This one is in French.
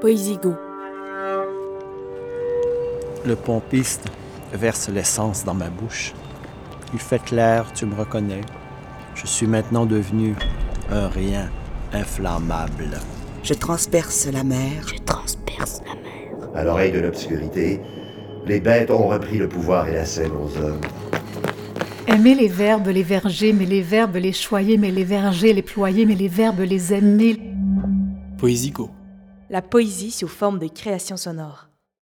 Poisigo. Le pompiste verse l'essence dans ma bouche. Il fait clair, tu me reconnais. Je suis maintenant devenu un rien inflammable. Je transperce la mer. Je transperce la mer. À l'oreille de l'obscurité, les bêtes ont repris le pouvoir et la scène aux hommes. Aimer les verbes, les vergers, mais les verbes, les choyer, mais les vergers, les ployer, mais les verbes, les aimer. Poésico. La poésie sous forme de création sonore.